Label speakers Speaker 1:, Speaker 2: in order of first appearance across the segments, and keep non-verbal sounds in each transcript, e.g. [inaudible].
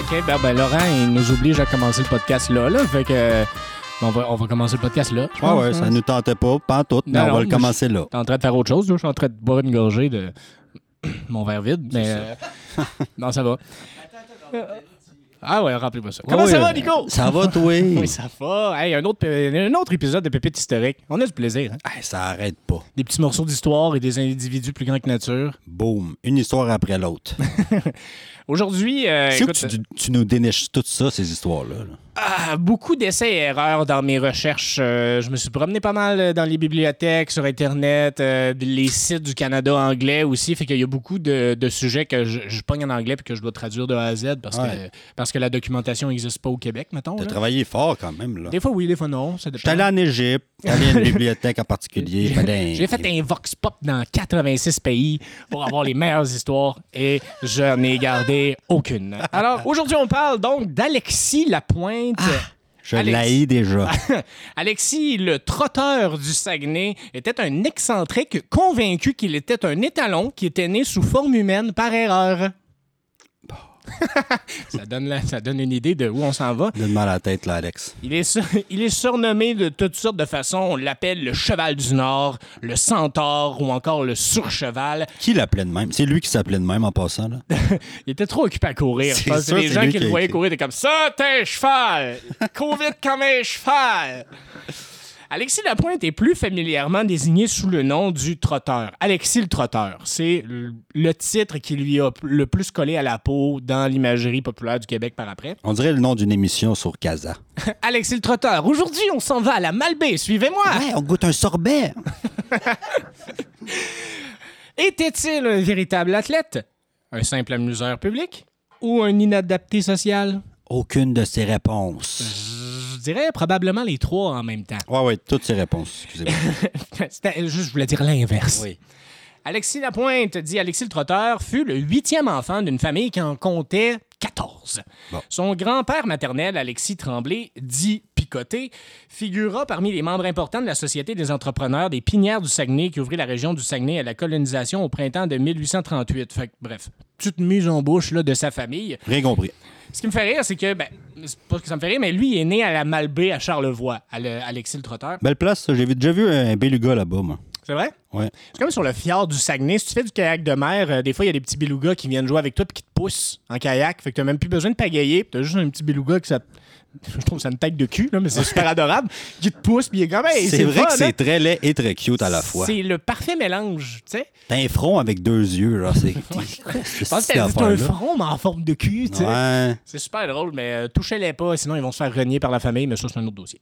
Speaker 1: OK, ben, ben, Laurent, il nous oblige à commencer le podcast là, là. Fait que. euh, on va, on va commencer le podcast là. je
Speaker 2: Ah
Speaker 1: pense,
Speaker 2: ouais,
Speaker 1: hein.
Speaker 2: ça nous tentait pas, pas en tout, mais
Speaker 1: Non,
Speaker 2: on
Speaker 1: non,
Speaker 2: va le
Speaker 1: moi,
Speaker 2: commencer là.
Speaker 1: T'es en train de faire autre chose, là. Je suis en train de boire une gorgée de [coughs] mon verre vide, mais. euh, [laughs] non, ça va. Ah ouais, rappelez-moi ça. Comment
Speaker 2: Ouais,
Speaker 1: ça
Speaker 2: ouais.
Speaker 1: va, Nico?
Speaker 2: Ça
Speaker 1: [laughs]
Speaker 2: va, toi?
Speaker 1: Oui, ça va. Hey, un autre, euh, un autre épisode de Pépites historiques. On a du plaisir. hein?
Speaker 2: Hey, ça arrête pas.
Speaker 1: Des petits morceaux d'histoire et des individus plus grands que nature.
Speaker 2: Boum, une histoire après l'autre.
Speaker 1: Aujourd'hui, euh,
Speaker 2: C'est où que
Speaker 1: Ben, écoute,
Speaker 2: tu, tu nous déniches tout ça, ces histoires-là. là?
Speaker 1: ah, beaucoup d'essais et erreurs dans mes recherches. Euh, je me suis promené pas mal euh, dans les bibliothèques, sur Internet, euh, les sites du Canada anglais aussi. Fait qu'il y a beaucoup de, de sujets que je, je pogne en anglais puis que je dois traduire de A à Z parce,
Speaker 2: Ouais.
Speaker 1: que, parce que la documentation n'existe pas au Québec, mettons.
Speaker 2: T'as
Speaker 1: là.
Speaker 2: travaillé fort quand même, là.
Speaker 1: Des fois oui, des fois non. Ça dépend.
Speaker 2: J'étais allé en Égypte, j'étais allé à
Speaker 1: [laughs]
Speaker 2: une bibliothèque en particulier. fallait un-
Speaker 1: J'ai fait un vox pop dans 86 pays pour avoir les meilleures histoires et je n'ai gardé aucune. Alors, aujourd'hui, on parle donc d'Alexis Lapointe.
Speaker 2: Je
Speaker 1: Alex.
Speaker 2: l'haïs déjà. [laughs]
Speaker 1: Alexis, le trotteur du Saguenay, était un excentrique convaincu qu'il était un étalon qui était né sous forme humaine par erreur. [laughs] ça, donne la- ça donne une idée de où on s'en va.
Speaker 2: Donne-moi la tête, là, Alex.
Speaker 1: Il est, sur- il est surnommé de toutes sortes de façons. On l'appelle le cheval du Nord, le centaure ou encore le surcheval.
Speaker 2: Qui l'appelait de même? C'est lui qui s'appelait de même en
Speaker 1: [laughs]
Speaker 2: passant, là.
Speaker 1: Il était trop occupé à courir. Je
Speaker 2: C'est
Speaker 1: pense que
Speaker 2: sûr,
Speaker 1: les
Speaker 2: c'est
Speaker 1: gens
Speaker 2: lui
Speaker 1: qui
Speaker 2: qui
Speaker 1: le
Speaker 2: a
Speaker 1: voyaient
Speaker 2: écrit.
Speaker 1: courir étaient comme ça, t'es un cheval! Cours vite comme un cheval! Alexis Lapointe est plus familièrement désigné sous le nom du trotteur. Alexis le trotteur, c'est le le titre qui lui a p- le plus collé à la peau dans l'imagerie populaire du Québec par après.
Speaker 2: On dirait le nom d'une émission sur Casa.
Speaker 1: Alexis le trotteur, aujourd'hui on s'en va à la Malbaie, suivez-moi!
Speaker 2: Ouais, on goûte un sorbet.
Speaker 1: Était-il un véritable athlète? Un simple amuseur public? Ou un inadapté social?
Speaker 2: Aucune de
Speaker 1: [laughs]
Speaker 2: ses réponses.
Speaker 1: Je dirais probablement les trois en même temps.
Speaker 2: Ouais, ouais, toutes ses réponses, excusez-moi.
Speaker 1: C'était juste, je voulais dire l'inverse.
Speaker 2: Oui.
Speaker 1: Alexis Lapointe, dit Alexis le Trotteur, fut le huitième enfant d'une famille qui en comptait 14.
Speaker 2: Bon.
Speaker 1: Son grand-père maternel, Alexis Tremblay, dit Picoté, figura parmi les membres importants de la Société des entrepreneurs des Pinières du Saguenay qui ouvrit la région du Saguenay à la colonisation au printemps de 1838. Fait que, bref, toute mise en bouche là, de sa famille.
Speaker 2: Rien compris.
Speaker 1: Ce qui me fait rire, c'est que, ben, c'est pas que ça me fait rire, mais lui, il est né à la Malbaie à Charlevoix, à le- Alexis le Trotteur.
Speaker 2: Belle place, ça. J'ai vu- déjà vu un beluga là-bas, moi.
Speaker 1: C'est vrai?
Speaker 2: Ouais.
Speaker 1: C'est comme sur le fjord du Saguenay. Si tu fais du kayak de mer, euh, des fois, il y a des petits belugas qui viennent jouer avec toi et qui te poussent en kayak. Fait que t'as même plus besoin de pagayer. puis T'as juste un petit beluga que ça. [laughs] Je trouve ça une tête de cul, là, mais c'est super adorable. Qui te pousse puis il est comme Hey,
Speaker 2: c'est vrai
Speaker 1: fun,
Speaker 2: que c'est
Speaker 1: hein.
Speaker 2: très laid et très cute à la fois.
Speaker 1: C'est le parfait mélange, tu sais.
Speaker 2: T'as un front avec deux yeux, là.
Speaker 1: [laughs]
Speaker 2: C'est
Speaker 1: Je pense que t'as dit t'as un front, mais en forme de cul, tu sais.
Speaker 2: Ouais.
Speaker 1: C'est super drôle, mais euh, touchez-les pas, sinon ils vont se faire renier par la famille, mais ça, c'est un autre dossier.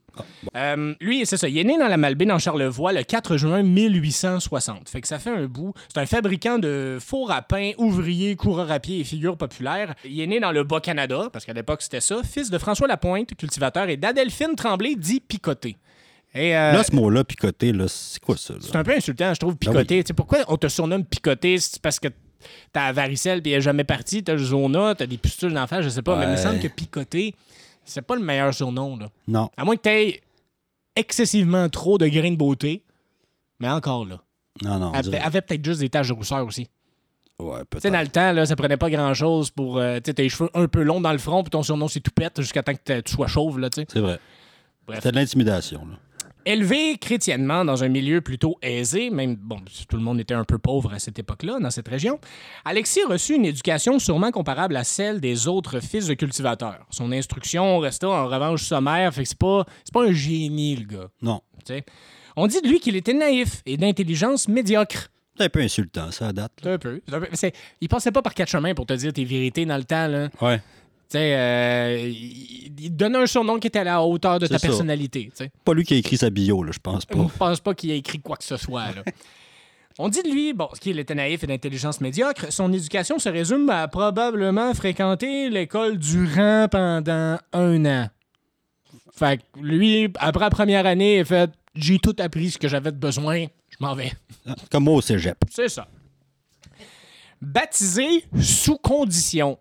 Speaker 1: Euh, lui, c'est ça. Il est né dans la Malbaie, dans Charlevoix, le 4 juin 1860. Fait que ça fait un bout. C'est un fabricant de faux rapins, ouvriers, coureurs à pied et figures populaires. Il est né dans le Bas-Canada, parce qu'à l'époque, c'était ça. Fils de François Lapointe, cultivateur, et d'Adelphine Tremblay, dit picoté. Et, euh,
Speaker 2: Là, ce mot-là, picoté, là, c'est quoi ça? là?
Speaker 1: c'est un peu insultant, je
Speaker 2: Ben
Speaker 1: trouve, picoté. Tu sais, pourquoi on te surnomme picoté? C'est parce que t'as la varicelle puis elle est jamais partie, t'as le zona, t'as des pustules d'enfant, je sais pas, mais il me
Speaker 2: Ouais.
Speaker 1: semble que picoté, c'est pas le meilleur surnom, là.
Speaker 2: Non.
Speaker 1: À moins que t'aies excessivement trop de grains de beauté, mais encore là.
Speaker 2: Non, non. on
Speaker 1: Avec,
Speaker 2: dirait-
Speaker 1: avec peut-être juste des taches de rousseur aussi. Tu
Speaker 2: Ouais,
Speaker 1: sais,
Speaker 2: peut-être.
Speaker 1: dans le temps, là, ça prenait pas grand-chose pour. euh, tu sais, t'as les cheveux un peu longs dans le front, puis ton surnom c'est toupette jusqu'à temps que t'aies- tu sois chauve, là, tu sais.
Speaker 2: C'est vrai.
Speaker 1: Bref.
Speaker 2: C'était de l'intimidation, là.
Speaker 1: Élevé chrétiennement dans un milieu plutôt aisé, même bon, tout le monde était un peu pauvre à cette époque-là, dans cette région, Alexis reçut une éducation sûrement comparable à celle des autres fils de cultivateurs. Son instruction resta en revanche sommaire, fait que c'est pas, c'est pas un génie, le gars.
Speaker 2: Non.
Speaker 1: tu sais. On dit de lui qu'il était naïf et d'intelligence médiocre.
Speaker 2: C'est un peu insultant, ça, à date. là.
Speaker 1: C'est un peu. c'est un peu- c'est- il passait pas par quatre chemins pour te dire tes vérités dans le temps. Là.
Speaker 2: Ouais.
Speaker 1: Tu sais, euh, il, il te donnait un surnom qui était à la hauteur de
Speaker 2: C'est
Speaker 1: ta
Speaker 2: ça.
Speaker 1: personnalité. tu sais.
Speaker 2: Pas lui qui a écrit sa bio, là, je pense
Speaker 1: Je
Speaker 2: pas.
Speaker 1: pense pas qu'il ait écrit quoi que ce soit. là. On dit de lui, bon, qu'il était naïf et d'intelligence médiocre, son éducation se résume à probablement fréquenter l'école du rang pendant un an. Fait que lui, après la première année, il a fait J'ai tout appris ce que j'avais de besoin, je m'en vais.
Speaker 2: Euh, Comme moi au cégep.
Speaker 1: C'est ça. Baptisé sous condition.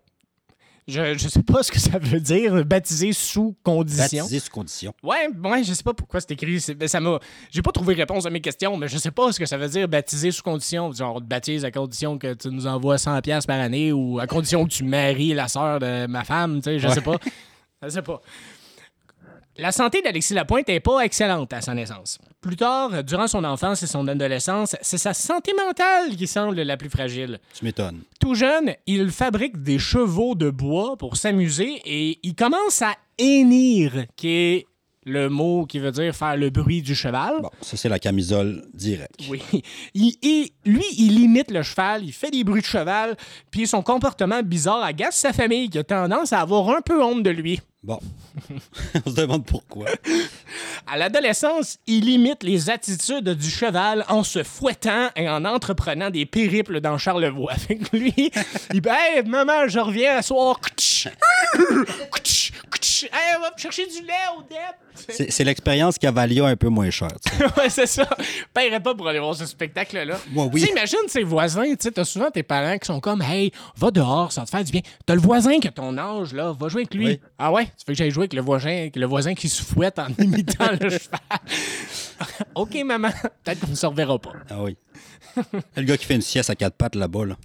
Speaker 1: Je, je sais pas ce que ça veut dire, baptisé sous condition.
Speaker 2: Baptisé sous condition.
Speaker 1: Ouais, ouais, je sais pas pourquoi c'est écrit. c'est- ben, ça m'a. J'ai pas trouvé réponse à mes questions, mais je sais pas ce que ça veut dire baptisé sous condition. Genre, on te baptise à condition que tu nous envoies 100$ piastres par année ou à condition que tu maries la sœur de ma femme, tu sais, je sais pas. Je sais pas. [laughs] La santé d'Alexis Lapointe n'est pas excellente à sa naissance. Plus tard, durant son enfance et son adolescence, c'est sa santé mentale qui semble la plus fragile.
Speaker 2: Tu m'étonnes.
Speaker 1: Tout jeune, il fabrique des chevaux de bois pour s'amuser et il commence à hennir, qui est le mot qui veut dire faire le bruit du cheval.
Speaker 2: Bon, ça, c'est la camisole directe.
Speaker 1: Oui. Il- il- lui, il imite le cheval, il fait des bruits de cheval, puis son comportement bizarre agace sa famille qui a tendance à avoir un peu honte de lui.
Speaker 2: Bon. [laughs] On se demande pourquoi.
Speaker 1: À l'adolescence, il imite les attitudes du cheval en se fouettant et en entreprenant des périples dans Charlevoix. [laughs] Avec lui, il dit Hey, maman, je reviens à soir. Ktch! Ktch! Ktch! Hey, va me chercher du lait au dep.
Speaker 2: C'est c'est l'expérience Cavalia un peu moins chère. tu sais.
Speaker 1: [laughs] ouais, c'est ça. Paierais pas pour aller voir ce spectacle-là.
Speaker 2: Moi, oui.
Speaker 1: Tu sais, imagine ses voisins. Tu sais, t'as souvent tes parents qui sont comme Hey, va dehors, ça va te faire du bien. T'as le voisin qui a ton âge, là, va jouer avec lui.
Speaker 2: Oui.
Speaker 1: Ah ouais, tu veux que j'aille jouer avec le voisin, avec le voisin qui se fouette
Speaker 2: [laughs]
Speaker 1: en imitant le cheval. [laughs] OK, maman, peut-être qu'on ne se reverra pas.
Speaker 2: Ah oui. Le gars qui fait une sieste à quatre pattes là-bas, là.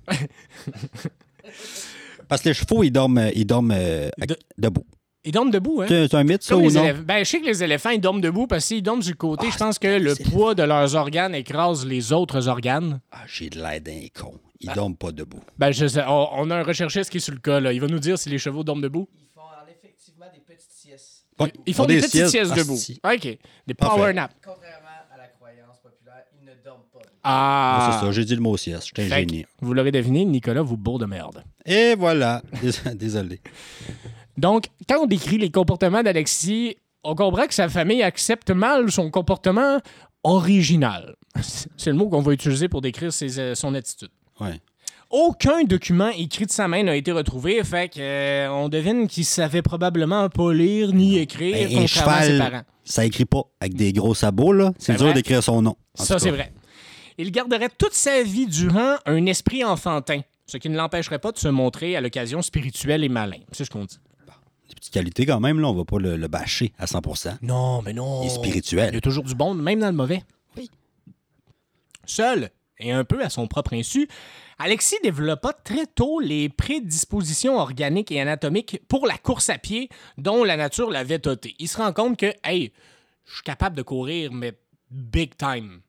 Speaker 2: Parce que les chevaux, ils dorment, euh, ils dorment euh, à-
Speaker 1: De-
Speaker 2: debout.
Speaker 1: Ils dorment debout, hein?
Speaker 2: C'est c'est un mythe, ça,
Speaker 1: Comme
Speaker 2: ou
Speaker 1: les
Speaker 2: non? Ah,
Speaker 1: éléph- Ben, je sais que les éléphants, ils dorment debout parce que s'ils dorment du côté, je pense que le
Speaker 2: c'est-
Speaker 1: poids de leurs organes écrase les autres organes.
Speaker 2: Ah, j'ai de l'air d'un con. Ils
Speaker 1: Ah.
Speaker 2: dorment pas debout.
Speaker 1: Ben, je sais- on, on a un recherchiste qui est sur le cas, là. Il va nous dire si les chevaux dorment debout.
Speaker 3: Ils font alors effectivement des petites siestes,
Speaker 1: Ils font des, petites siestes, debout.
Speaker 2: Asti.
Speaker 1: OK. Des
Speaker 2: Ah, Parfait.
Speaker 1: power naps.
Speaker 3: contrairement à la croyance populaire, ils ne dorment pas.
Speaker 1: Ah!
Speaker 2: Ah, c'est ça, j'ai dit le mot sieste. J'étais un
Speaker 1: Fait que,
Speaker 2: génie.
Speaker 1: vous l'aurez deviné, Nicolas vous bourre de merde.
Speaker 2: Et voilà. [laughs] Dés- Désolé.
Speaker 1: Donc, quand on décrit les comportements d'Alexis, on comprend que sa famille accepte mal son comportement original. C'est le mot qu'on va utiliser pour décrire ses, euh, son attitude.
Speaker 2: Ouais.
Speaker 1: Aucun document écrit de sa main n'a été retrouvé, fait que, euh, on devine qu'il savait probablement pas lire ni écrire,
Speaker 2: Ben, un
Speaker 1: contrairement à ses parents.
Speaker 2: cheval, ça écrit pas avec des gros sabots, là. C'est
Speaker 1: C'est
Speaker 2: dur
Speaker 1: vrai.
Speaker 2: d'écrire son nom. en
Speaker 1: Ça,
Speaker 2: tout
Speaker 1: c'est
Speaker 2: cas.
Speaker 1: vrai. Il garderait toute sa vie durant un esprit enfantin, ce qui ne l'empêcherait pas de se montrer à l'occasion spirituelle et malin. C'est ce qu'on dit.
Speaker 2: Des petites qualités quand même, là. On va pas le, le bâcher à 100
Speaker 1: Non, mais non.
Speaker 2: Il est
Speaker 1: Il y
Speaker 2: spirituel.
Speaker 1: a toujours du bon, même dans le mauvais.
Speaker 2: Oui.
Speaker 1: Seul, et un peu à son propre insu, Alexis développa très tôt les prédispositions organiques et anatomiques pour la course à pied dont la nature l'avait doté. Il se rend compte que, hey, je suis capable de courir, mais big time.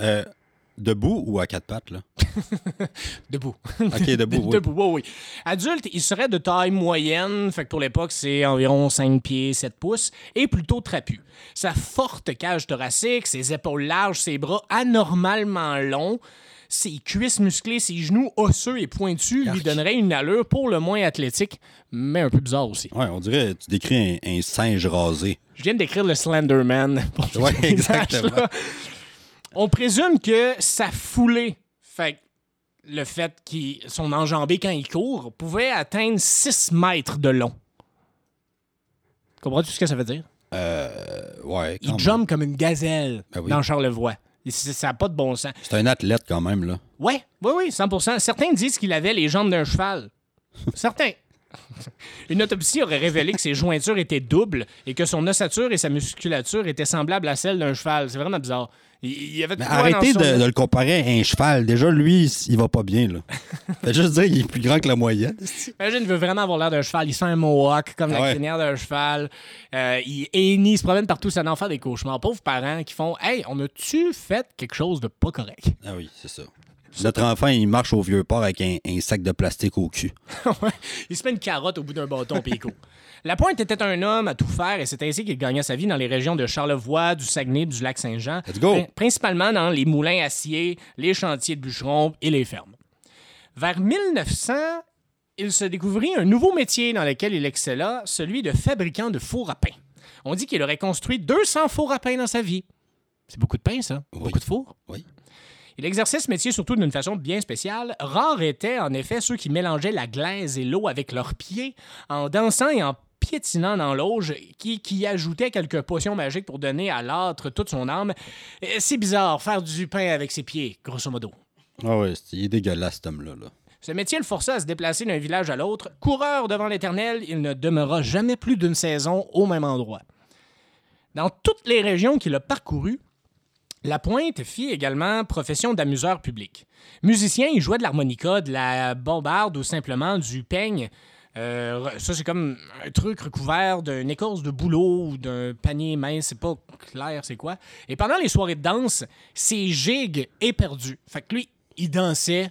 Speaker 2: Euh, debout ou à quatre
Speaker 1: [laughs]
Speaker 2: pattes, là?
Speaker 1: Debout. [laughs]
Speaker 2: OK, debout, oui.
Speaker 1: Debout, oui, oui. Adulte, il serait de taille moyenne, fait que pour l'époque, c'est environ 5 pieds, 7 pouces, et plutôt trapu. Sa forte cage thoracique, ses épaules larges, ses bras anormalement longs, ses cuisses musclées, ses genoux osseux et pointus lui
Speaker 2: Arc.
Speaker 1: donneraient une allure pour le moins athlétique, mais un peu bizarre aussi.
Speaker 2: Ouais, on dirait tu décris un, un singe rasé.
Speaker 1: Je viens de décrire le Slenderman. [laughs] pour
Speaker 2: Ouais,
Speaker 1: le visage,
Speaker 2: exactement.
Speaker 1: là. On présume que sa foulée, fait que le fait qu'il son enjambé quand il court, pouvait atteindre 6 mètres de long. Comprends-tu ce que ça veut dire?
Speaker 2: Euh, ouais, quand
Speaker 1: Il
Speaker 2: même.
Speaker 1: jump comme une gazelle
Speaker 2: Ben oui.
Speaker 1: dans Charlevoix. Et c'est- Ça n'a pas de bon sens.
Speaker 2: C'est un athlète quand même, là.
Speaker 1: Ouais, oui, oui, 100 Certains disent qu'il avait les jambes d'un cheval.
Speaker 2: [laughs]
Speaker 1: Certains. Une autopsie aurait révélé que ses jointures étaient doubles et que son ossature et sa musculature étaient semblables à celles d'un cheval. C'est vraiment bizarre. Il- Il y avait de
Speaker 2: Mais
Speaker 1: quoi
Speaker 2: arrêtez
Speaker 1: dans
Speaker 2: de,
Speaker 1: son-
Speaker 2: de le comparer à un cheval. Déjà, lui, il- il va pas
Speaker 1: [laughs]
Speaker 2: bien, là. Faites juste dire qu'il est plus grand que la moyenne.
Speaker 1: Imagine, il veut vraiment avoir l'air d'un cheval. Il se fait un mohawk comme la
Speaker 2: Ah Ouais.
Speaker 1: crinière d'un cheval. Euh, il hennit, il se promène partout. C'est un enfant des cauchemars. Pauvres parents qui font Hey, on a-tu fait quelque chose de pas correct?
Speaker 2: Ah oui, c'est ça. Notre enfant, il marche au vieux port avec un, un sac de plastique au cul.
Speaker 1: [laughs] Ouais. il se met une carotte au bout d'un bâton puis il court. La Pointe était un homme à tout faire et c'est ainsi qu'il gagna sa vie dans les régions de Charlevoix, du Saguenay, du lac Saint-Jean,
Speaker 2: Let's go.
Speaker 1: Prin- principalement dans les moulins aciers, les chantiers de bûcherons et les fermes. Vers 1900, il se découvrit un nouveau métier dans lequel il excella, celui de fabricant de fours à pain. On dit qu'il aurait construit 200 fours à pain dans sa vie. C'est beaucoup de pain, ça.
Speaker 2: Oui.
Speaker 1: Beaucoup de fours.
Speaker 2: Oui.
Speaker 1: Il exerçait ce métier surtout d'une façon bien spéciale. Rares étaient, en effet, ceux qui mélangeaient la glaise et l'eau avec leurs pieds en dansant et en piétinant dans l'auge, qui, qui ajoutaient quelques potions magiques pour donner à l'âtre toute son âme. Euh, C'est bizarre, faire du pain avec ses pieds, grosso modo.
Speaker 2: Ah ouais, c'est- il est dégueulasse, cet homme-là. Là.
Speaker 1: Ce métier le força à se déplacer d'un village à l'autre. Coureur devant l'éternel, il ne demeura jamais plus d'une saison au même endroit. Dans toutes les régions qu'il a parcourues, la Pointe fit également profession d'amuseur public. Musicien, il jouait de l'harmonica, de la bombarde ou simplement du peigne. Euh, re- ça, c'est comme un truc recouvert d'une écorce de bouleau ou d'un panier mince, c'est pas clair c'est quoi. Et pendant les soirées de danse, ses gigues éperdues. Fait que lui, il dansait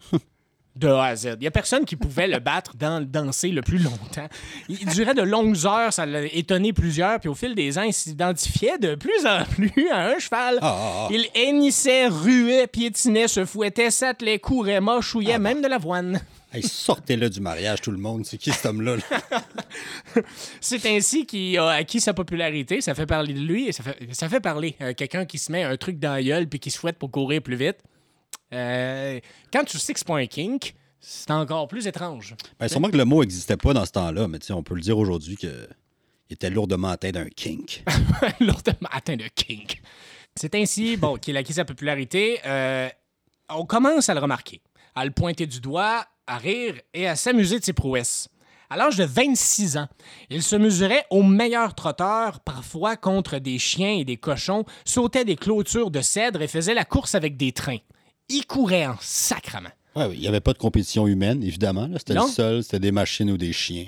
Speaker 1: de A à Z. Il n'y a personne qui pouvait le battre dans le danser le plus longtemps. Il durait de longues heures, ça l'a étonné plusieurs, puis au fil des ans, il s'identifiait de plus en plus à un cheval.
Speaker 2: Ah, ah, ah.
Speaker 1: Il hennissait, ruait, piétinait, se fouettait, s'attelait, courait,
Speaker 2: Ah,
Speaker 1: mâchouillait,
Speaker 2: bah.
Speaker 1: même de l'avoine.
Speaker 2: Hey, Sortez-le du mariage, tout le monde. C'est qui cet homme-là?
Speaker 1: [laughs]
Speaker 2: là?
Speaker 1: C'est ainsi qu'il a acquis sa popularité. Ça fait parler de lui et ça fait, ça fait parler. Euh, Quelqu'un qui se met un truc dans la gueule puis qui se fouette pour courir plus vite. Euh, quand tu sais que c'est pas un kink, c'est encore plus étrange.
Speaker 2: Ben, sûrement que le mot n'existait pas dans ce temps-là, mais tu sais, on peut le dire aujourd'hui que il était lourdement atteint d'un kink.
Speaker 1: [laughs] lourdement atteint de kink. C'est ainsi bon, qu'il acquis sa popularité. Euh, on commence à le remarquer, à le pointer du doigt, à rire et à s'amuser de ses prouesses. À l'âge de 26 ans, il se mesurait aux meilleurs trotteurs, parfois contre des chiens et des cochons, sautait des clôtures de cèdre et faisait la course avec des trains. Il courait en sacrament.
Speaker 2: Ouais, oui, il n'y avait pas de compétition humaine, évidemment. là. C'était le
Speaker 1: Non.
Speaker 2: seul, c'était des machines ou des chiens.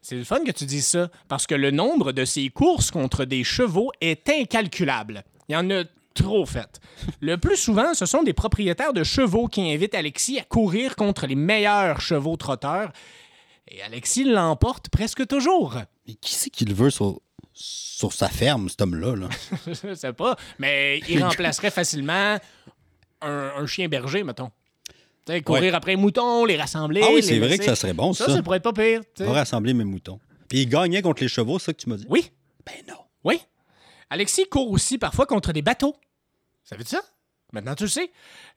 Speaker 1: C'est le fun que tu dises ça, parce que le nombre de ces courses contre des chevaux est incalculable. Il y en a trop
Speaker 2: [laughs]
Speaker 1: fait. Le plus souvent, ce sont des propriétaires de chevaux qui invitent Alexis à courir contre les meilleurs chevaux trotteurs, et Alexis l'emporte presque toujours. [laughs]
Speaker 2: Mais qui c'est qu'il veut sur, sur sa ferme, cet homme-là?
Speaker 1: [laughs]
Speaker 2: là?
Speaker 1: Je sais pas, mais
Speaker 2: [laughs]
Speaker 1: il remplacerait facilement un, un chien berger, mettons. Tu sais, courir après les moutons, les rassembler.
Speaker 2: Ah oui, c'est
Speaker 1: les-
Speaker 2: vrai
Speaker 1: tu
Speaker 2: que
Speaker 1: sais,
Speaker 2: ça serait bon, ça.
Speaker 1: Ça, ça pourrait être pas pire. tu sais.
Speaker 2: On va rassembler mes moutons. Puis il gagnait contre les chevaux, c'est ça que tu m'as dit?
Speaker 1: Oui,
Speaker 2: Ben non.
Speaker 1: Oui. Alexis court aussi parfois contre des bateaux. Ça veut dire ça? Maintenant, tu le sais.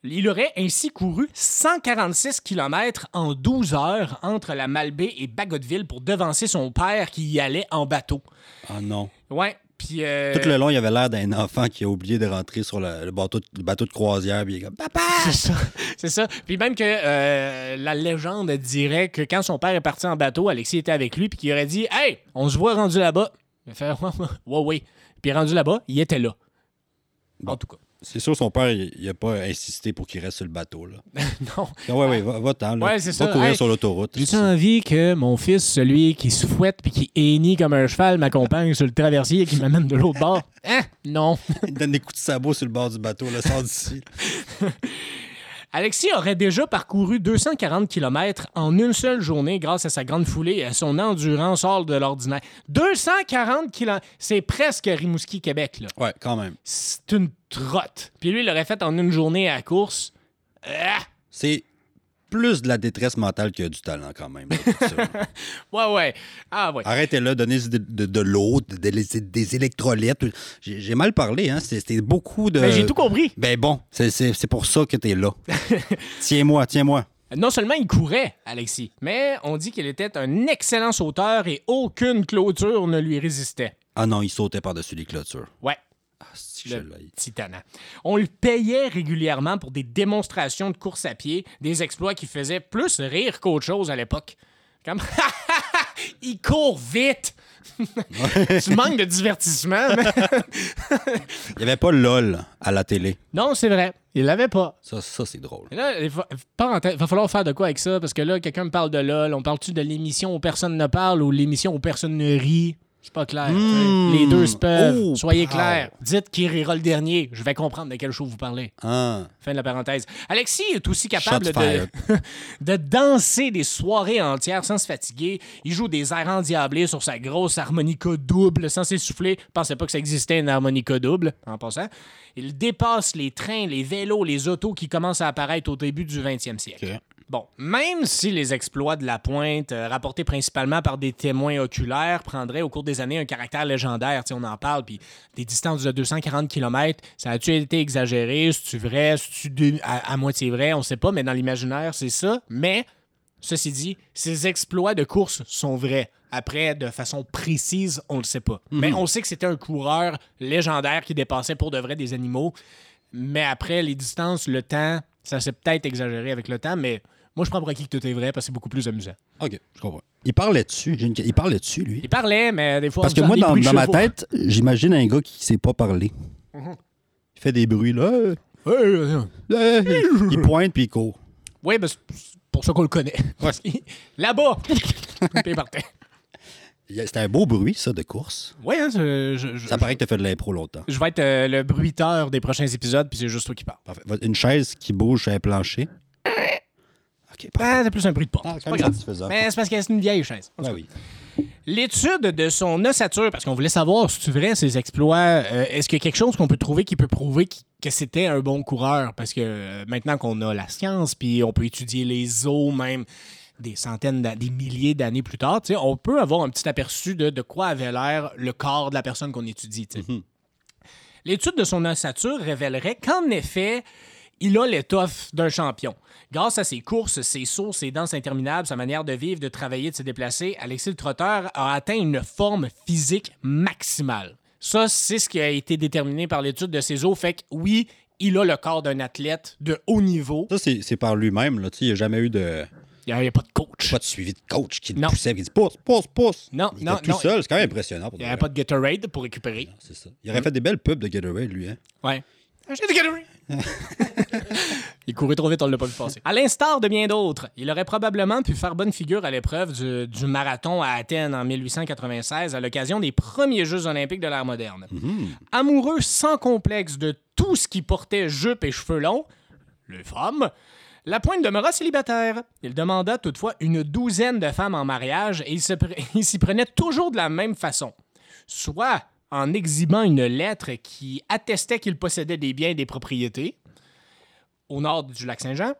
Speaker 1: Il aurait ainsi couru 146 km en 12 heures entre la Malbaie et Bagotville pour devancer son père qui y allait en bateau.
Speaker 2: Ah non.
Speaker 1: Ouais, puis... euh,
Speaker 2: Tout le long, il avait l'air d'un enfant qui a oublié de rentrer sur le, le bateau, de- le bateau de croisière. Puis il est comme, papa!
Speaker 1: C'est ça. C'est ça. Puis même que euh, la légende dirait que quand son père est parti en bateau, Alexis était avec lui, puis qu'il aurait dit Hey, on se voit rendu là-bas. Il a fait Ouais, ouais, ouais. Puis rendu là-bas, il était là. En tout cas. [laughs]
Speaker 2: C'est sûr, son père, il n'a pas insisté pour qu'il reste sur le bateau. Là.
Speaker 1: non.
Speaker 2: Ah ouais, ouais, va- va-t'en. là.
Speaker 1: Ouais, c'est
Speaker 2: va
Speaker 1: ça.
Speaker 2: courir
Speaker 1: Hey,
Speaker 2: sur l'autoroute.
Speaker 1: J'ai-tu envie que mon fils, celui qui se fouette puis qui hennit comme un cheval, m'accompagne sur le traversier et qui m'amène de l'autre bord? [laughs] Hein? Non.
Speaker 2: Il [laughs] donne des coups de sabot sur le bord du bateau, là, sort d'ici.
Speaker 1: Alexis aurait déjà parcouru 240 km en une seule journée grâce à sa grande foulée et à son endurance hors de l'ordinaire. 240 km! C'est presque Rimouski-Québec, là.
Speaker 2: Ouais, quand même.
Speaker 1: C'est une trotte. Puis lui, il l'aurait fait en une journée à la course. Ah!
Speaker 2: C'est plus de la détresse mentale que du talent, quand même. là, tout ça.
Speaker 1: [laughs] Ouais, ouais. Ah, ouais.
Speaker 2: Arrêtez-là, donnez de, de- de l'eau, de- de- des électrolytes. J'ai j'ai mal parlé, hein. c'est- C'était beaucoup de.
Speaker 1: Mais j'ai tout compris.
Speaker 2: Ben bon, c'est- c'est c'est pour ça que
Speaker 1: [laughs]
Speaker 2: t'es là. tiens-moi, tiens-moi.
Speaker 1: Non seulement il courait, Alexis, mais on dit qu'il était un excellent sauteur et aucune clôture ne lui résistait.
Speaker 2: Ah non, il sautait par-dessus les clôtures.
Speaker 1: Ouais,
Speaker 2: Ah, si, je
Speaker 1: le
Speaker 2: l'ai.
Speaker 1: titanant. On le payait régulièrement pour des démonstrations de course à pied, des exploits qui faisaient plus rire qu'autre chose à l'époque. Comme [laughs] il court vite. [laughs] tu manques de divertissement. mais-
Speaker 2: [laughs] Il n'y avait pas LOL à la télé.
Speaker 1: non, c'est vrai, il l'avait pas.
Speaker 2: Ça, ça c'est drôle.
Speaker 1: Et Là, il va, parenthèse, va falloir faire de quoi avec ça, parce que là, quelqu'un me parle de LOL. On parle-tu de l'émission où personne ne parle ou l'émission où personne ne rit? C'est pas clair.
Speaker 2: Mmh.
Speaker 1: Les deux se peuvent.
Speaker 2: Oh,
Speaker 1: Soyez
Speaker 2: wow.
Speaker 1: clair. Dites qui rira le dernier. Je vais comprendre de quel show vous parlez.
Speaker 2: Ah,
Speaker 1: Fin de la parenthèse. Alexis est aussi capable
Speaker 2: Shots
Speaker 1: de, [laughs] de danser des soirées entières sans se fatiguer. Il joue des airs endiablés sur sa grosse harmonica double sans s'essouffler. Je pensais pas que ça existait une harmonica double, en passant. Il dépasse les trains, les vélos, les autos qui commencent à apparaître au début du 20e siècle.
Speaker 2: OK.
Speaker 1: Bon, même si les exploits de la pointe, euh, rapportés principalement par des témoins oculaires, prendraient au cours des années un caractère légendaire, tu sais, on en parle, puis des distances de 240 km, ça a-tu été exagéré, c'est-tu vrai, c'est-tu de- à, à moitié vrai, on sait pas, mais dans l'imaginaire, c'est ça. Mais, ceci dit, ces exploits de course sont vrais. Après, de façon précise, on le sait pas.
Speaker 2: Mhm.
Speaker 1: Mais on sait que c'était un coureur légendaire qui dépassait pour de vrai des animaux. Mais après, les distances, le temps, ça s'est peut-être exagéré avec le temps, mais Moi, je prends pour acquis que tout est vrai parce que c'est beaucoup plus amusant.
Speaker 2: OK, je comprends. Il parlait dessus. J'ai une- Il parlait dessus, lui.
Speaker 1: Il parlait, mais des fois.
Speaker 2: Parce
Speaker 1: on
Speaker 2: que
Speaker 1: faisait
Speaker 2: moi,
Speaker 1: des
Speaker 2: dans,
Speaker 1: bruits de
Speaker 2: dans ma
Speaker 1: chevaux.
Speaker 2: tête, j'imagine un gars qui sait pas parler.
Speaker 1: Mhm.
Speaker 2: Il fait des bruits, là. Euh, euh, euh. il pointe, puis il court.
Speaker 1: Oui, ben, c'est c'est pour ça qu'on le
Speaker 2: [laughs]
Speaker 1: connaît. Parce qu'il- Là-bas! Puis il partait.
Speaker 2: Il y a- C'est un beau bruit, ça, de course.
Speaker 1: Oui, hein, je, je- je-
Speaker 2: Ça paraît que t'as fait de l'impro longtemps.
Speaker 1: je vais être euh, le bruiteur des prochains épisodes, puis c'est juste toi qui parles.
Speaker 2: Parfait. Une chaise qui bouge sur un plancher. OK, parfait.
Speaker 1: Ah, c'est plus un bruit de porte.
Speaker 2: Ah,
Speaker 1: c'est pas
Speaker 2: quand même
Speaker 1: grave.
Speaker 2: satisfaisant.
Speaker 1: Mais c'est parce que c'est une vieille chaise.
Speaker 2: Ben oui.
Speaker 1: L'étude de son ossature, parce qu'on voulait savoir si tu vrai ses exploits, euh, est-ce qu'il y a quelque chose qu'on peut trouver qui peut prouver qui- que c'était un bon coureur? Parce que euh, maintenant qu'on a la science, puis on peut étudier les os même des centaines, d'a- des milliers d'années plus tard, tu sais, on peut avoir un petit aperçu de, de quoi avait l'air le corps de la personne qu'on étudie. tu sais. L'étude de son ossature révélerait qu'en effet, il a l'étoffe d'un champion. Grâce à ses courses, ses sauts, ses danses interminables, sa manière de vivre, de travailler, de se déplacer, Alexis le Trotteur a atteint une forme physique maximale. Ça, c'est ce qui a été déterminé par l'étude de ses os. Fait que oui, il a le corps d'un athlète de haut niveau.
Speaker 2: Ça, c'est c'est par lui-même, là. Tu sais, il n'y a jamais eu de.
Speaker 1: Il n'y a, pas de coach.
Speaker 2: Pas de suivi de coach qui le
Speaker 1: Non.
Speaker 2: poussait, qui dit pousse, pousse, pousse.
Speaker 1: Non,
Speaker 2: il
Speaker 1: non,
Speaker 2: était tout
Speaker 1: non.
Speaker 2: seul, c'est quand même impressionnant. Pour
Speaker 1: Il
Speaker 2: de
Speaker 1: n'y a
Speaker 2: vrai.
Speaker 1: pas de Gatorade pour récupérer.
Speaker 2: C'est ça. Il aurait fait des belles pubs de Gatorade, lui, hein.
Speaker 1: Ouais. Achetez du Gatorade. [laughs] il courait trop vite, on l'a pas vu passer. À l'instar de bien d'autres, il aurait probablement pu faire bonne figure à l'épreuve du, du marathon à Athènes en 1896 à l'occasion des premiers Jeux olympiques de l'ère moderne. Amoureux sans complexe de tout ce qui portait jupe et cheveux longs, les femmes, la pointe demeura célibataire. Il demanda toutefois une douzaine de femmes en mariage et il se pre- [laughs] il s'y prenait toujours de la même façon. Soit en exhibant une lettre qui attestait qu'il possédait des biens et des propriétés au nord du lac Saint-Jean.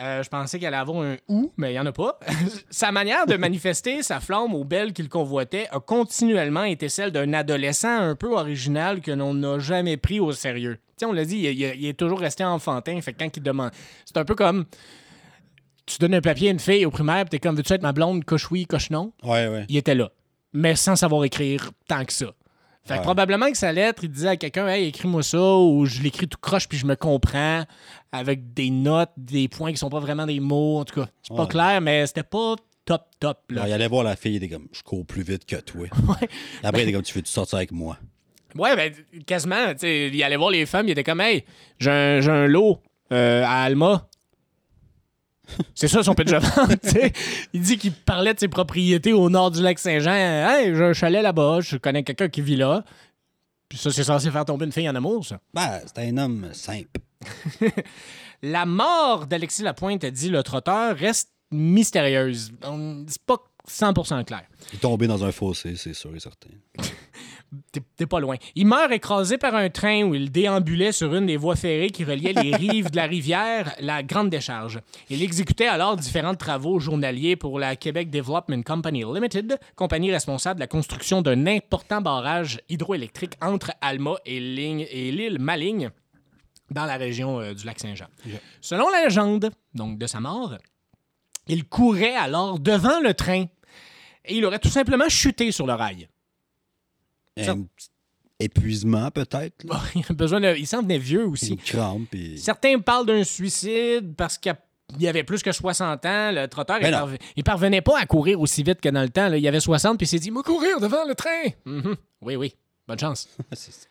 Speaker 1: Euh, je pensais qu'elle allait avoir un ou, mais il n'y en a pas. [laughs] sa manière de manifester sa flamme aux belles qu'il convoitait a continuellement été celle d'un adolescent un peu original que l'on n'a jamais pris au sérieux. Tu sais, on l'a dit, il, il- il est toujours resté enfantin. Fait que quand il demande. C'est un peu comme. Tu donnes un papier à une fille au primaire, puis t'es comme, veux-tu être ma blonde, coche oui, coche non?
Speaker 2: Ouais, ouais.
Speaker 1: il était là, mais sans savoir écrire tant que ça. Fait que
Speaker 2: Ouais.
Speaker 1: probablement que sa lettre, il disait à quelqu'un Hey, écris-moi ça, ou je l'écris tout croche puis je me comprends, avec des notes, des points qui sont pas vraiment des mots. En tout cas, c'est pas
Speaker 2: Ouais.
Speaker 1: clair, mais c'était pas top, top. Là.
Speaker 2: Alors, il allait voir la fille, il était comme, je cours plus vite
Speaker 1: [laughs]
Speaker 2: que toi. Après, il était comme, tu veux tu sortir avec moi?
Speaker 1: Ouais, ben, quasiment. tu sais, il allait voir les femmes, il était comme, hey, j'ai un, j'ai un lot euh, à Alma. C'est ça son pitch de vente, tu sais. Il dit qu'il parlait de ses propriétés au nord du lac Saint-Jean. Hey, j'ai un chalet là-bas, je connais quelqu'un qui vit là. Puis ça, c'est censé faire tomber une fille en amour, ça.
Speaker 2: Ben, c'est un homme simple.
Speaker 1: La mort d'Alexis Lapointe, a dit le trotteur, reste mystérieuse. On- C'est pas 100% clair.
Speaker 2: Il est tombé dans un fossé, c'est sûr et certain.
Speaker 1: T'es- T'es pas loin. Il meurt écrasé par un train où il déambulait sur une des voies ferrées qui reliait les rives de la rivière, la Grande Décharge. Il exécutait alors différents travaux journaliers pour la Québec Development Company Limited, compagnie responsable de la construction d'un important barrage hydroélectrique entre Alma et Ligne- et l'île Maligne dans la région euh, du lac Saint-Jean. Selon la légende, donc de sa mort, il courait alors devant le train et il aurait tout simplement chuté sur le rail. Ça-
Speaker 2: Un petit épuisement,
Speaker 1: [laughs]
Speaker 2: peut-être. là.
Speaker 1: Bon, il a besoin de... Il s'en venait vieux aussi.
Speaker 2: [laughs] Une crampe. Puis...
Speaker 1: Certains parlent d'un suicide parce qu'il y avait plus que 60 ans. Le trotteur, il,
Speaker 2: Ben non.
Speaker 1: parve- il parvenait pas à courir aussi vite que dans le temps. là. Il avait 60 puis il s'est dit « Moi, courir devant le train! Mhm. Oui, oui. Bonne chance.
Speaker 2: C'est-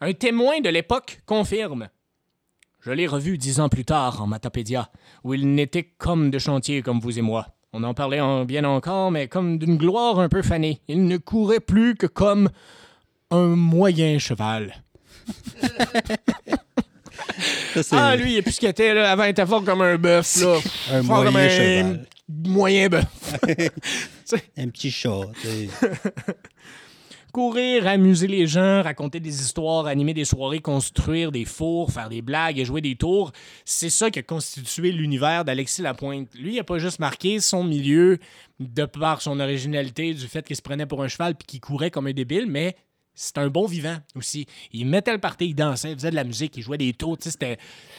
Speaker 1: Un témoin de l'époque confirme. Je l'ai revu dix ans plus tard en Matapédia, où il n'était comme de chantier comme vous et moi. On en parlait en- bien encore, mais comme d'une gloire un peu fanée. Il ne courait plus que comme un moyen cheval.
Speaker 2: ça, c'est
Speaker 1: Ah, lui, il est plus qu'il était, là. Avant, il était fort comme un bœuf, là.
Speaker 2: Un
Speaker 1: Fort comme
Speaker 2: moyen cheval.
Speaker 1: Moyen bœuf.
Speaker 2: un petit chat. tu sais.
Speaker 1: Courir, amuser les gens, raconter des histoires, animer des soirées, construire des fours, faire des blagues et jouer des tours, c'est ça qui a constitué l'univers d'Alexis Lapointe. Lui, il a pas juste marqué son milieu de par son originalité, du fait qu'il se prenait pour un cheval puis qu'il courait comme un débile, mais c'est un bon vivant aussi. Il mettait le party, il dansait, il faisait de la musique, il jouait des tours. tu sais, C'était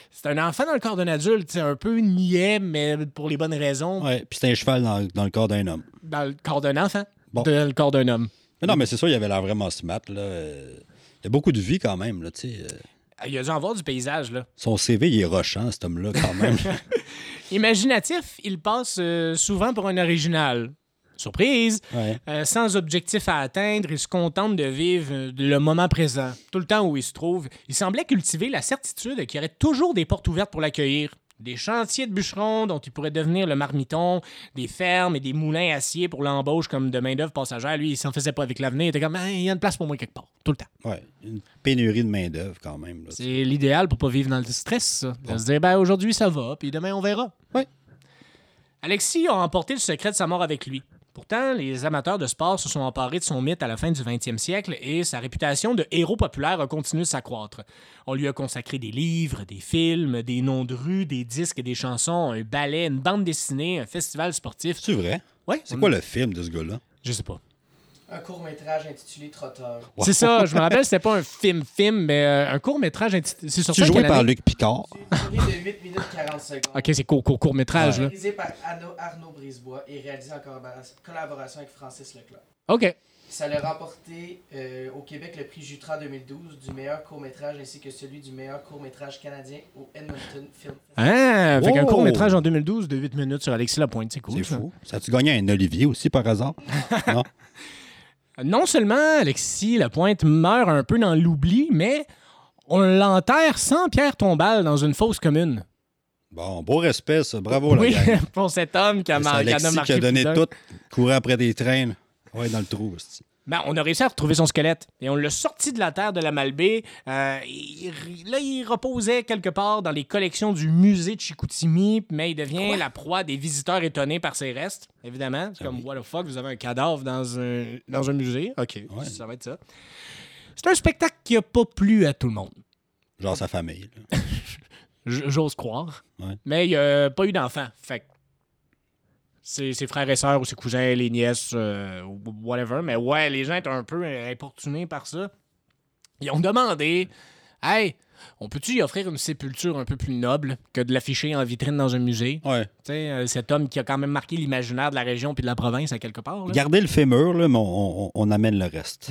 Speaker 1: c'était un enfant dans le corps d'un adulte, tu sais, un peu niais, mais pour les bonnes raisons,
Speaker 2: Ouais, puis c'est un cheval dans, dans le corps d'un homme.
Speaker 1: dans le corps d'un enfant,
Speaker 2: Bon.
Speaker 1: dans le corps d'un homme.
Speaker 2: Mais non, mais c'est sûr, il avait l'air vraiment smart. Là. Euh, Il y a beaucoup de vie quand même. Là, tu sais. Euh,
Speaker 1: Il a dû en voir du paysage, là. [laughs]
Speaker 2: Son CV, il est rochant, cet homme-là, quand même.
Speaker 1: Imaginatif, il passe euh, souvent pour un original. Surprise!
Speaker 2: Ouais.
Speaker 1: Euh, sans objectif à atteindre, il se contente de vivre euh, le moment présent, tout le temps où il se trouve. Il semblait cultiver la certitude qu'il y aurait toujours des portes ouvertes pour l'accueillir. Des chantiers de bûcherons dont il pourrait devenir le marmiton, des fermes et des moulins acier pour l'embauche comme de main-d'œuvre passagère. Lui, il s'en faisait pas avec l'avenir. Il était comme, Ah, il y a une place pour moi quelque part, tout le temps.
Speaker 2: Ouais. Une pénurie de main-d'œuvre quand même. là.
Speaker 1: C'est l'idéal pour pas vivre dans le stress, ça. De se dire, ben, aujourd'hui, ça va, puis demain, on verra.
Speaker 2: Ouais.
Speaker 1: Alexis a emporté le secret de sa mort avec lui. Pourtant, les amateurs de sport se sont emparés de son mythe à la fin du 20e siècle et sa réputation de héros populaire a continué de s'accroître. On lui a consacré des livres, des films, des noms de rues, des disques et des chansons, un ballet, une bande dessinée, un festival sportif.
Speaker 2: C'est vrai?
Speaker 1: Ouais,
Speaker 2: C'est quoi le film de ce gars-là?
Speaker 1: Je sais pas.
Speaker 3: Un court-métrage intitulé Trotteur.
Speaker 1: C'est ça, je me rappelle, c'était pas un film-film, mais euh, un court-métrage intitulé. C'est sorti
Speaker 2: Tu
Speaker 1: en
Speaker 2: joué
Speaker 1: quelle
Speaker 2: par
Speaker 1: année?
Speaker 2: Luc Picard.
Speaker 3: C'est une durée de 8 minutes 40 secondes.
Speaker 1: Ok, c'est court, court, court-métrage, là.
Speaker 3: Réalisé par Arnaud, Arnaud Brisebois et réalisé en collabora- collaboration avec Francis Leclerc.
Speaker 1: Ok.
Speaker 3: Ça l'a remporté euh, au Québec le prix Jutra 2012 du meilleur court-métrage ainsi que celui du meilleur court-métrage canadien au Edmonton Film Festival.
Speaker 1: Ah, fait qu'un
Speaker 2: Oh!
Speaker 1: court-métrage en 2012 de 8 minutes sur Alexis Lapointe, c'est cool.
Speaker 2: C'est
Speaker 1: ça.
Speaker 2: fou. Ça a-tu gagné un Olivier aussi par
Speaker 1: [laughs]
Speaker 2: hasard? non.
Speaker 1: Euh, Non seulement Alexis Lapointe meurt un peu dans l'oubli, mais on l'enterre sans pierre tombale dans une fosse commune.
Speaker 2: Bon, beau respect, ça. Bravo,
Speaker 1: oui,
Speaker 2: la gang.
Speaker 1: [laughs] pour cet homme qui a,
Speaker 2: C'est
Speaker 1: mar- qui en a
Speaker 2: Alexis
Speaker 1: marqué
Speaker 2: qui a donné
Speaker 1: plus d'un.
Speaker 2: tout, courait après des trains. Ouais, dans le trou. hostie.
Speaker 1: Ben, on a réussi à retrouver son squelette et on l'a sorti de la terre de la Malbaie. Euh, il- il- là, il reposait quelque part dans les collections du musée de Chicoutimi, mais il devient la proie des visiteurs étonnés par ses restes, évidemment. C'est comme, what the fuck, vous avez un cadavre dans un, dans un musée? OK,
Speaker 2: Ouais.
Speaker 1: ça va être ça. C'est un spectacle qui n'a pas plu à tout le monde.
Speaker 2: Genre sa famille. là.
Speaker 1: J- J'ose croire.
Speaker 2: Ouais.
Speaker 1: Mais il n'y a pas eu d'enfant. Fait que ses, ses frères et sœurs ou ses cousins, les nièces, euh, ou whatever. Mais ouais, les gens étaient un peu importunés par ça. Ils ont demandé Hey, on peut-tu y offrir une sépulture un peu plus noble que de l'afficher en vitrine dans un musée
Speaker 2: Ouais.
Speaker 1: Tu sais, euh, cet homme qui a quand même marqué l'imaginaire de la région puis de la province à quelque part. là.
Speaker 2: Gardez le fémur, là, mais on, on- on amène
Speaker 1: [laughs]
Speaker 2: le reste.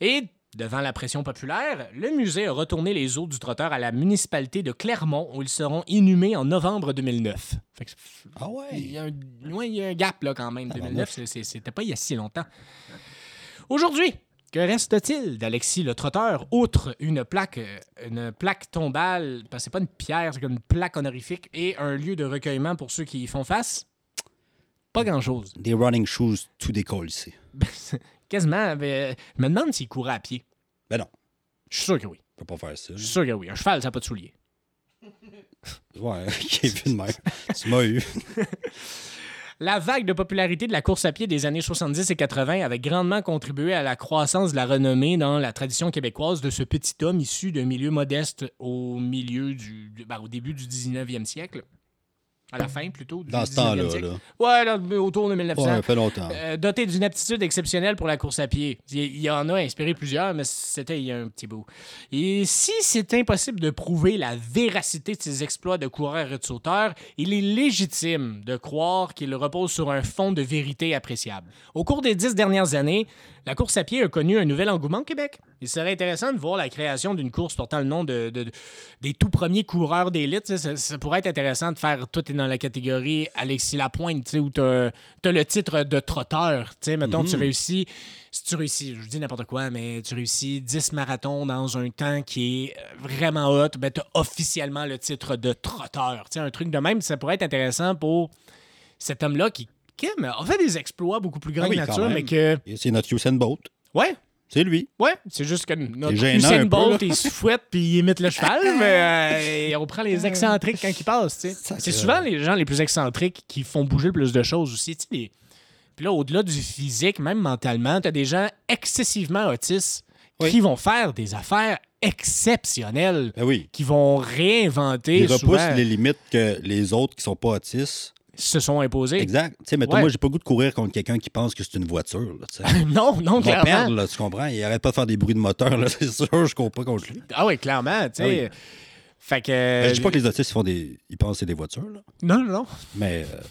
Speaker 1: Et devant la pression populaire, le musée a retourné les eaux du trotteur à la municipalité de Clermont où ils seront inhumés en novembre 2009. Fait que c'est-
Speaker 2: Ah
Speaker 1: Il
Speaker 2: ouais.
Speaker 1: y a un, ouais, il y a un gap là, quand même.
Speaker 2: Ah,
Speaker 1: 2009, c'est- c'est- c'était pas il y a si longtemps. Aujourd'hui, que reste-t-il d'Alexis le trotteur, outre une plaque, euh, une plaque tombale, parce que c'est pas une pierre, c'est comme une plaque honorifique, et un lieu de recueillement pour ceux qui y font face? Pas grand-chose. [laughs]
Speaker 2: Des running shoes tout décolle ici.
Speaker 1: Quasiment, euh, je me demande s'il courait à pied.
Speaker 2: Ben non,
Speaker 1: Je suis sûr que oui.
Speaker 2: je peux pas faire ça.
Speaker 1: Je suis sûr que oui. Un cheval, ça n'a pas de souliers.
Speaker 2: Ouais, [laughs] j'ai vu de même. Tu m'as eu.
Speaker 1: La vague de popularité de la course à pied des années 70 et 80 avait grandement contribué à la croissance de la renommée dans la tradition québécoise de ce petit homme issu d'un milieu modeste au, milieu du, du- ben, au début du 19e siècle. À la fin, plutôt. Du
Speaker 2: Dans ce
Speaker 1: 19e
Speaker 2: temps-là,
Speaker 1: siècle.
Speaker 2: là.
Speaker 1: Ouais, dans- autour de 1900.
Speaker 2: Ouais, ça fait longtemps.
Speaker 1: Euh, doté d'une aptitude exceptionnelle pour la course à pied. Il il y en a inspiré plusieurs, mais c'était il y a un petit bout. Et si c'est impossible de prouver la véracité de ses exploits de coureur et de sauteur, il est légitime de croire qu'il repose sur un fond de vérité appréciable. Au cours des dix dernières années, la course à pied a connu un nouvel engouement au Québec. Il serait intéressant de voir la création d'une course portant le nom de, de- de- des tout premiers coureurs d'élite. tu sais, Ça, ça pourrait être intéressant de faire tout est dans la catégorie Alexis Lapointe, tu sais, où tu as, le titre de trotteur. tu sais, Mettons,
Speaker 2: Mhm.
Speaker 1: tu réussis, si tu réussis, je dis n'importe quoi, mais tu réussis 10 marathons dans un temps qui est vraiment hot, ben, tu as officiellement le titre de trotteur. tu sais, Un truc de même, ça pourrait être intéressant pour cet homme-là qui, qui a fait des exploits beaucoup plus grands
Speaker 2: Ah oui,
Speaker 1: que
Speaker 2: quand
Speaker 1: nature,
Speaker 2: même.
Speaker 1: mais que.
Speaker 2: Et C'est notre Usain Bolt.
Speaker 1: Ouais,
Speaker 2: C'est lui.
Speaker 1: Ouais, c'est juste que notre
Speaker 2: gênant
Speaker 1: Usain
Speaker 2: un peu,
Speaker 1: Bolt,
Speaker 2: là.
Speaker 1: il se fouette puis il imite le
Speaker 2: [laughs]
Speaker 1: cheval, mais euh, on prend les excentriques quand ils passent, tu sais.
Speaker 2: Sacré.
Speaker 1: C'est souvent les gens les plus excentriques qui font bouger le plus de choses aussi, tu sais. les- Puis là, au-delà du physique, même mentalement, t'as des gens excessivement autistes
Speaker 2: Oui.
Speaker 1: qui vont faire des affaires exceptionnelles,
Speaker 2: Ben oui.
Speaker 1: qui vont réinventer
Speaker 2: Il repousse
Speaker 1: souvent,
Speaker 2: les limites que les autres qui sont pas autistes.
Speaker 1: se sont imposées.
Speaker 2: Exact. Tu sais, mettons,
Speaker 1: Ouais.
Speaker 2: moi, j'ai pas le goût de courir contre quelqu'un qui pense que c'est une voiture. Là, tu
Speaker 1: [laughs]
Speaker 2: sais.
Speaker 1: Non, non,
Speaker 2: On va
Speaker 1: clairement.
Speaker 2: perdre, là, tu comprends? Il arrête pas de faire des bruits de moteur, là, [laughs] c'est sûr, je comprends contre lui.
Speaker 1: Ah oui, clairement, tu sais.
Speaker 2: Ah Ben,
Speaker 1: Fait que...
Speaker 2: je dis pas que Euh, les autistes ils font des. ils pensent que c'est des voitures, là.
Speaker 1: Non, non, non.
Speaker 2: Mais. euh,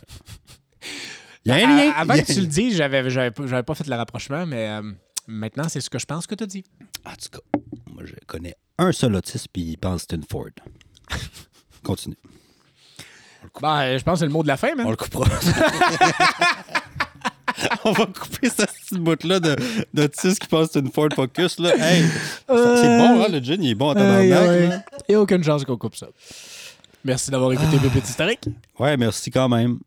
Speaker 2: Il y a un lien.
Speaker 1: À- Avant
Speaker 2: Il y a-
Speaker 1: que tu le dises, j'avais, j'avais, pas- j'avais pas fait le rapprochement, mais euh, maintenant, c'est ce que je pense que tu as dit.
Speaker 2: En tout cas, moi, je [laughs] connais un seul autiste, puis il pense que c'est une Ford. Continue. On le
Speaker 1: Ben, je pense que c'est le mot de la fin,
Speaker 2: On
Speaker 1: man.
Speaker 2: le coupera. [laughs] On va couper cette petite bout-là de, de Tis qui passe une Ford Focus. Là. Hey, C'est bon, hein, le gin, il est bon en tabarnak. là.
Speaker 1: Il n'y a aucune chance qu'on coupe ça. Merci d'avoir écouté Pépite Historique.
Speaker 2: Ouais, merci quand même.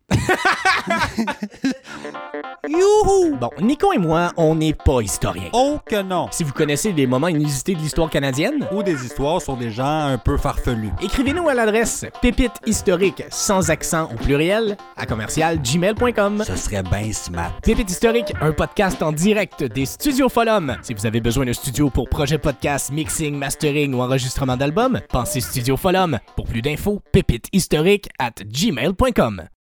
Speaker 1: Youhou! Bon, Nico et moi, on n'est pas historiens.
Speaker 2: Oh que non!
Speaker 1: Si vous connaissez des moments inusités de l'histoire canadienne,
Speaker 2: Ou des histoires sur des gens un peu farfelus.
Speaker 1: écrivez-nous à l'adresse pépite historique sans accent au pluriel à commercial gmail.com.
Speaker 2: Ce serait bien smart.
Speaker 1: Pépite historique, un podcast en direct des studios Folum. Si vous avez besoin de studio pour projet podcast, mixing, mastering ou enregistrement d'album, pensez Studio Folum. Pour plus d'infos, pépitehistorique at gmail.com.